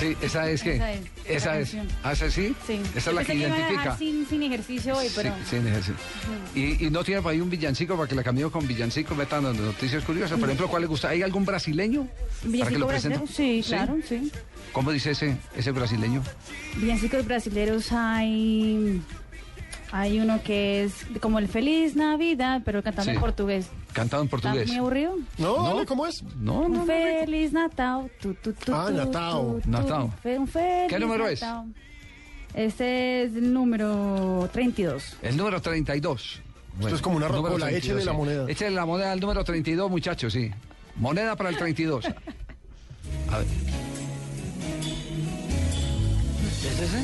Sí, esa es que. Esa es, Esa la es. canción. ¿Ah, ¿Esa sí? Sí. Esa es la Yo que pensé iba a dejar identifica. sin, sin ejercicio hoy, pero. Sí, sin ejercicio. Y, y no tiene por ahí un villancico para que la camino con villancico metan las noticias curiosas. Por ejemplo, ¿cuál le gusta? ¿Hay algún brasileño? para que Villancico lo presente? brasileño, sí, claro, sí. ¿Cómo dice ese, ese brasileño? Villancicos brasileros hay. Hay uno que es como el Feliz Navidad, pero cantando Sí. en portugués. Cantado en ¿Está portugués. muy aburrido? No, no, ¿cómo es? No, no. Un feliz Natal. tu, tu, tu, Ah, tu, Natal. tu, tu, Natal. fe- un feliz ¿Qué número es? Natal. Este es el número 32. El número 32. es como una número rocola, 32, échele la sí. moneda. Échele la moneda al número 32, muchachos, sí. Moneda para el 32. A ver. ¿Es ese?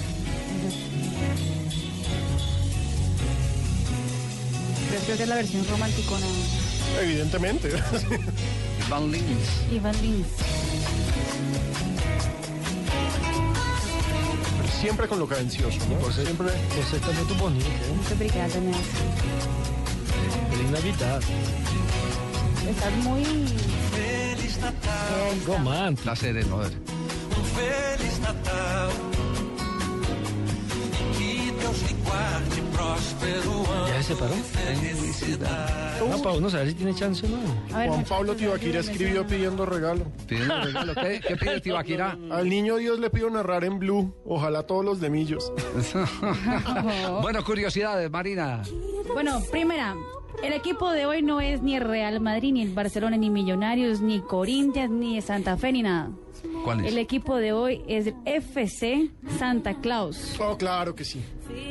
Pero creo que es la versión romanticona. Evidentemente. Van Lins. Iván Lins. Siempre con lo cadencioso, ¿no? Pues Siempre. Você está muito bonito. Muchas gracias, me hace. Feliz Navidad. Estás muy. Eh, Romântico. La sede, no. a ver. Feliz Natal. Que Deus lhe guarde próspero ano. ¿Ya se paró? No, Pau, no sé si tiene chance o no. a ver, Juan muchachos, Pablo ayúdenme, Tibaquira escribió ayúdenme. pidiendo regalo. Pidiendo regalo. ¿Qué, qué pide Tibaquirá? Al niño Dios le pido narrar en blue. Ojalá todos los demillos. bueno, curiosidades, Marina. Bueno, primera, el equipo de hoy no es ni el Real Madrid, ni el Barcelona, ni Millonarios, ni Corinthians, ni Santa Fe, ni nada. ¿Cuál es? El equipo de hoy es el FC Santa Claus. Oh, claro que sí.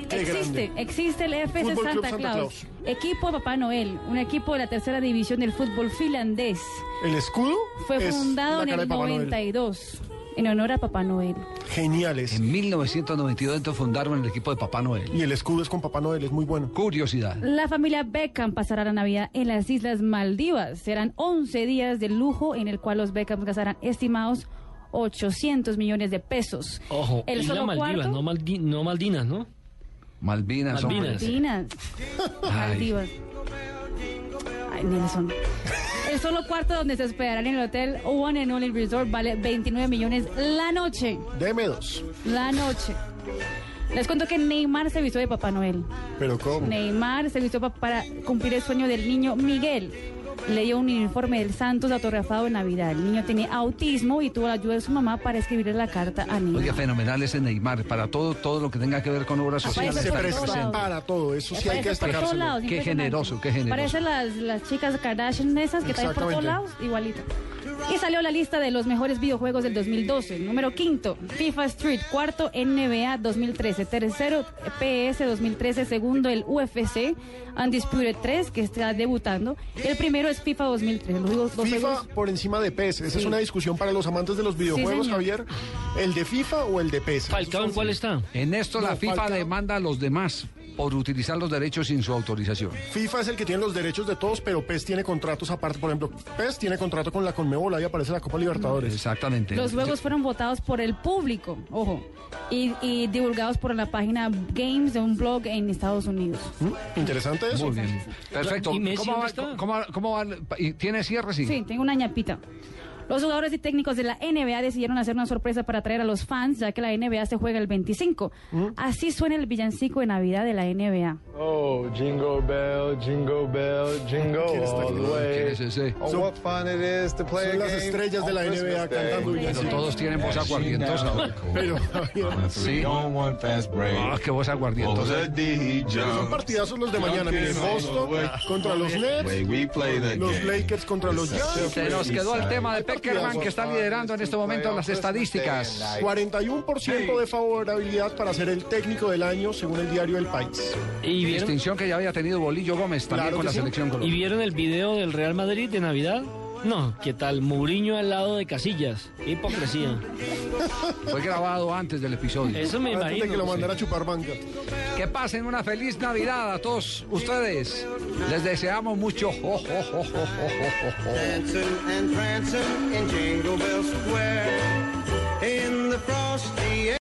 Qué existe, grande. existe el FC Fútbol Club Santa, Santa Claus. Claus. Equipo de Papá Noel, un equipo de la tercera división del fútbol finlandés. El escudo Fue es fundado la en cara el de Papá Noel. 92 en honor a Papá Noel. Geniales. En 1992 entonces fundaron el equipo de Papá Noel. Y el escudo es con Papá Noel, es muy bueno. Curiosidad. La familia Beckham pasará la Navidad en las Islas Maldivas. Serán 11 días de lujo en el cual los Beckham gastarán estimados 800 millones de pesos. Ojo, el Isla solo Maldivas, cuarto. no, Maldi- no Maldinas, ¿no? Malvinas. hombre. Malvinas. Maldinas. Maldivas. Ay, Nelson. El solo cuarto donde se hospedarán en el hotel One and Only Resort vale 29 millones la noche. Deme dos. La noche. Les cuento que Neymar se vistió de Papá Noel. Pero ¿cómo? Neymar este se vistió pa- para cumplir el sueño del niño Miguel. Le dio un uniforme del Santos autografado en Navidad. El niño tenía autismo y tuvo la ayuda de su mamá para escribirle la carta a Neymar. Oiga, fenomenal ese Neymar. Para todo, todo lo que tenga que ver con obras Aparece sociales. por está ahí Se todos presta lados. para todo, eso sí hay Aparece que por todos destacárselo. lados, Qué impresionante. generoso, qué generoso. Parecen las, las chicas Kardashian esas que traen por todos Exactamente. lados, igualito. Y salió la lista de los mejores videojuegos del 2012. Número quinto, FIFA Street. Cuarto, NBA 2013. Tercero, PS 2013. Segundo, el UFC Undisputed 3, que está debutando. El primero es FIFA 2013. Los juegos, los FIFA juegos- por encima de PES. Esa es una discusión para los amantes de los videojuegos, señor. Javier. ¿El de FIFA o el de PES? Falcao, ¿en cuál está? En esto la No, FIFA Falcao. demanda a los demás por utilizar los derechos sin su autorización. FIFA es el que tiene los derechos de todos, pero PES tiene contratos aparte. Por ejemplo, PES tiene contrato con la Conmebol, ahí aparece la Copa Libertadores. Exactamente. Los juegos fueron votados por el público, ojo, y, y divulgados por la página Games de un blog en Estados Unidos. ¿Mm? Interesante eso. Muy bien. Perfecto. ¿Y Messi ¿Cómo dónde va, está? cómo va- cómo va- y ¿Tiene cierre? Sí. Sí, tengo una ñapita. Los jugadores y técnicos de la NBA decidieron hacer una sorpresa para atraer a los fans, ya que la NBA se juega el 25. Así suena el villancico de Navidad de la NBA. Oh, jingle bell, jingle bell, jingle está all aquí? the ¿Quién way. es ese? Oh, what fun it is to play a Son las game estrellas de on la NBA Christmas Day. cantando Pero villancicos. este, todos tienen voz aguardientosa. Pero, Javier, Sí. On one fast break. Ah, qué voz aguardientosa. D son partidazos los de mañana. Miren, Boston contra los Nets, we play the los game. Lakers contra los Jazz. Se nos quedó el tema de Peckerman, que está liderando en este momento las estadísticas. 41% de favorabilidad para ser el técnico del año, según el diario El País. ¿Y vieron, Distinción que ya había tenido Bolillo Gómez también Claro con que la sí. selección ¿Y colombiana. vieron el video del Real Madrid de Navidad? No, ¿qué tal? Mourinho al lado de Casillas. Qué hipocresía. Fue grabado antes del episodio. Eso me Antes imagino. de que lo sí. mandara a chupar manga. Que pasen una feliz Navidad a todos ustedes. Les deseamos mucho. Jo, jo, jo, jo, jo, jo, jo. dancing and prancing in Jingle Bell Square in the frosty air.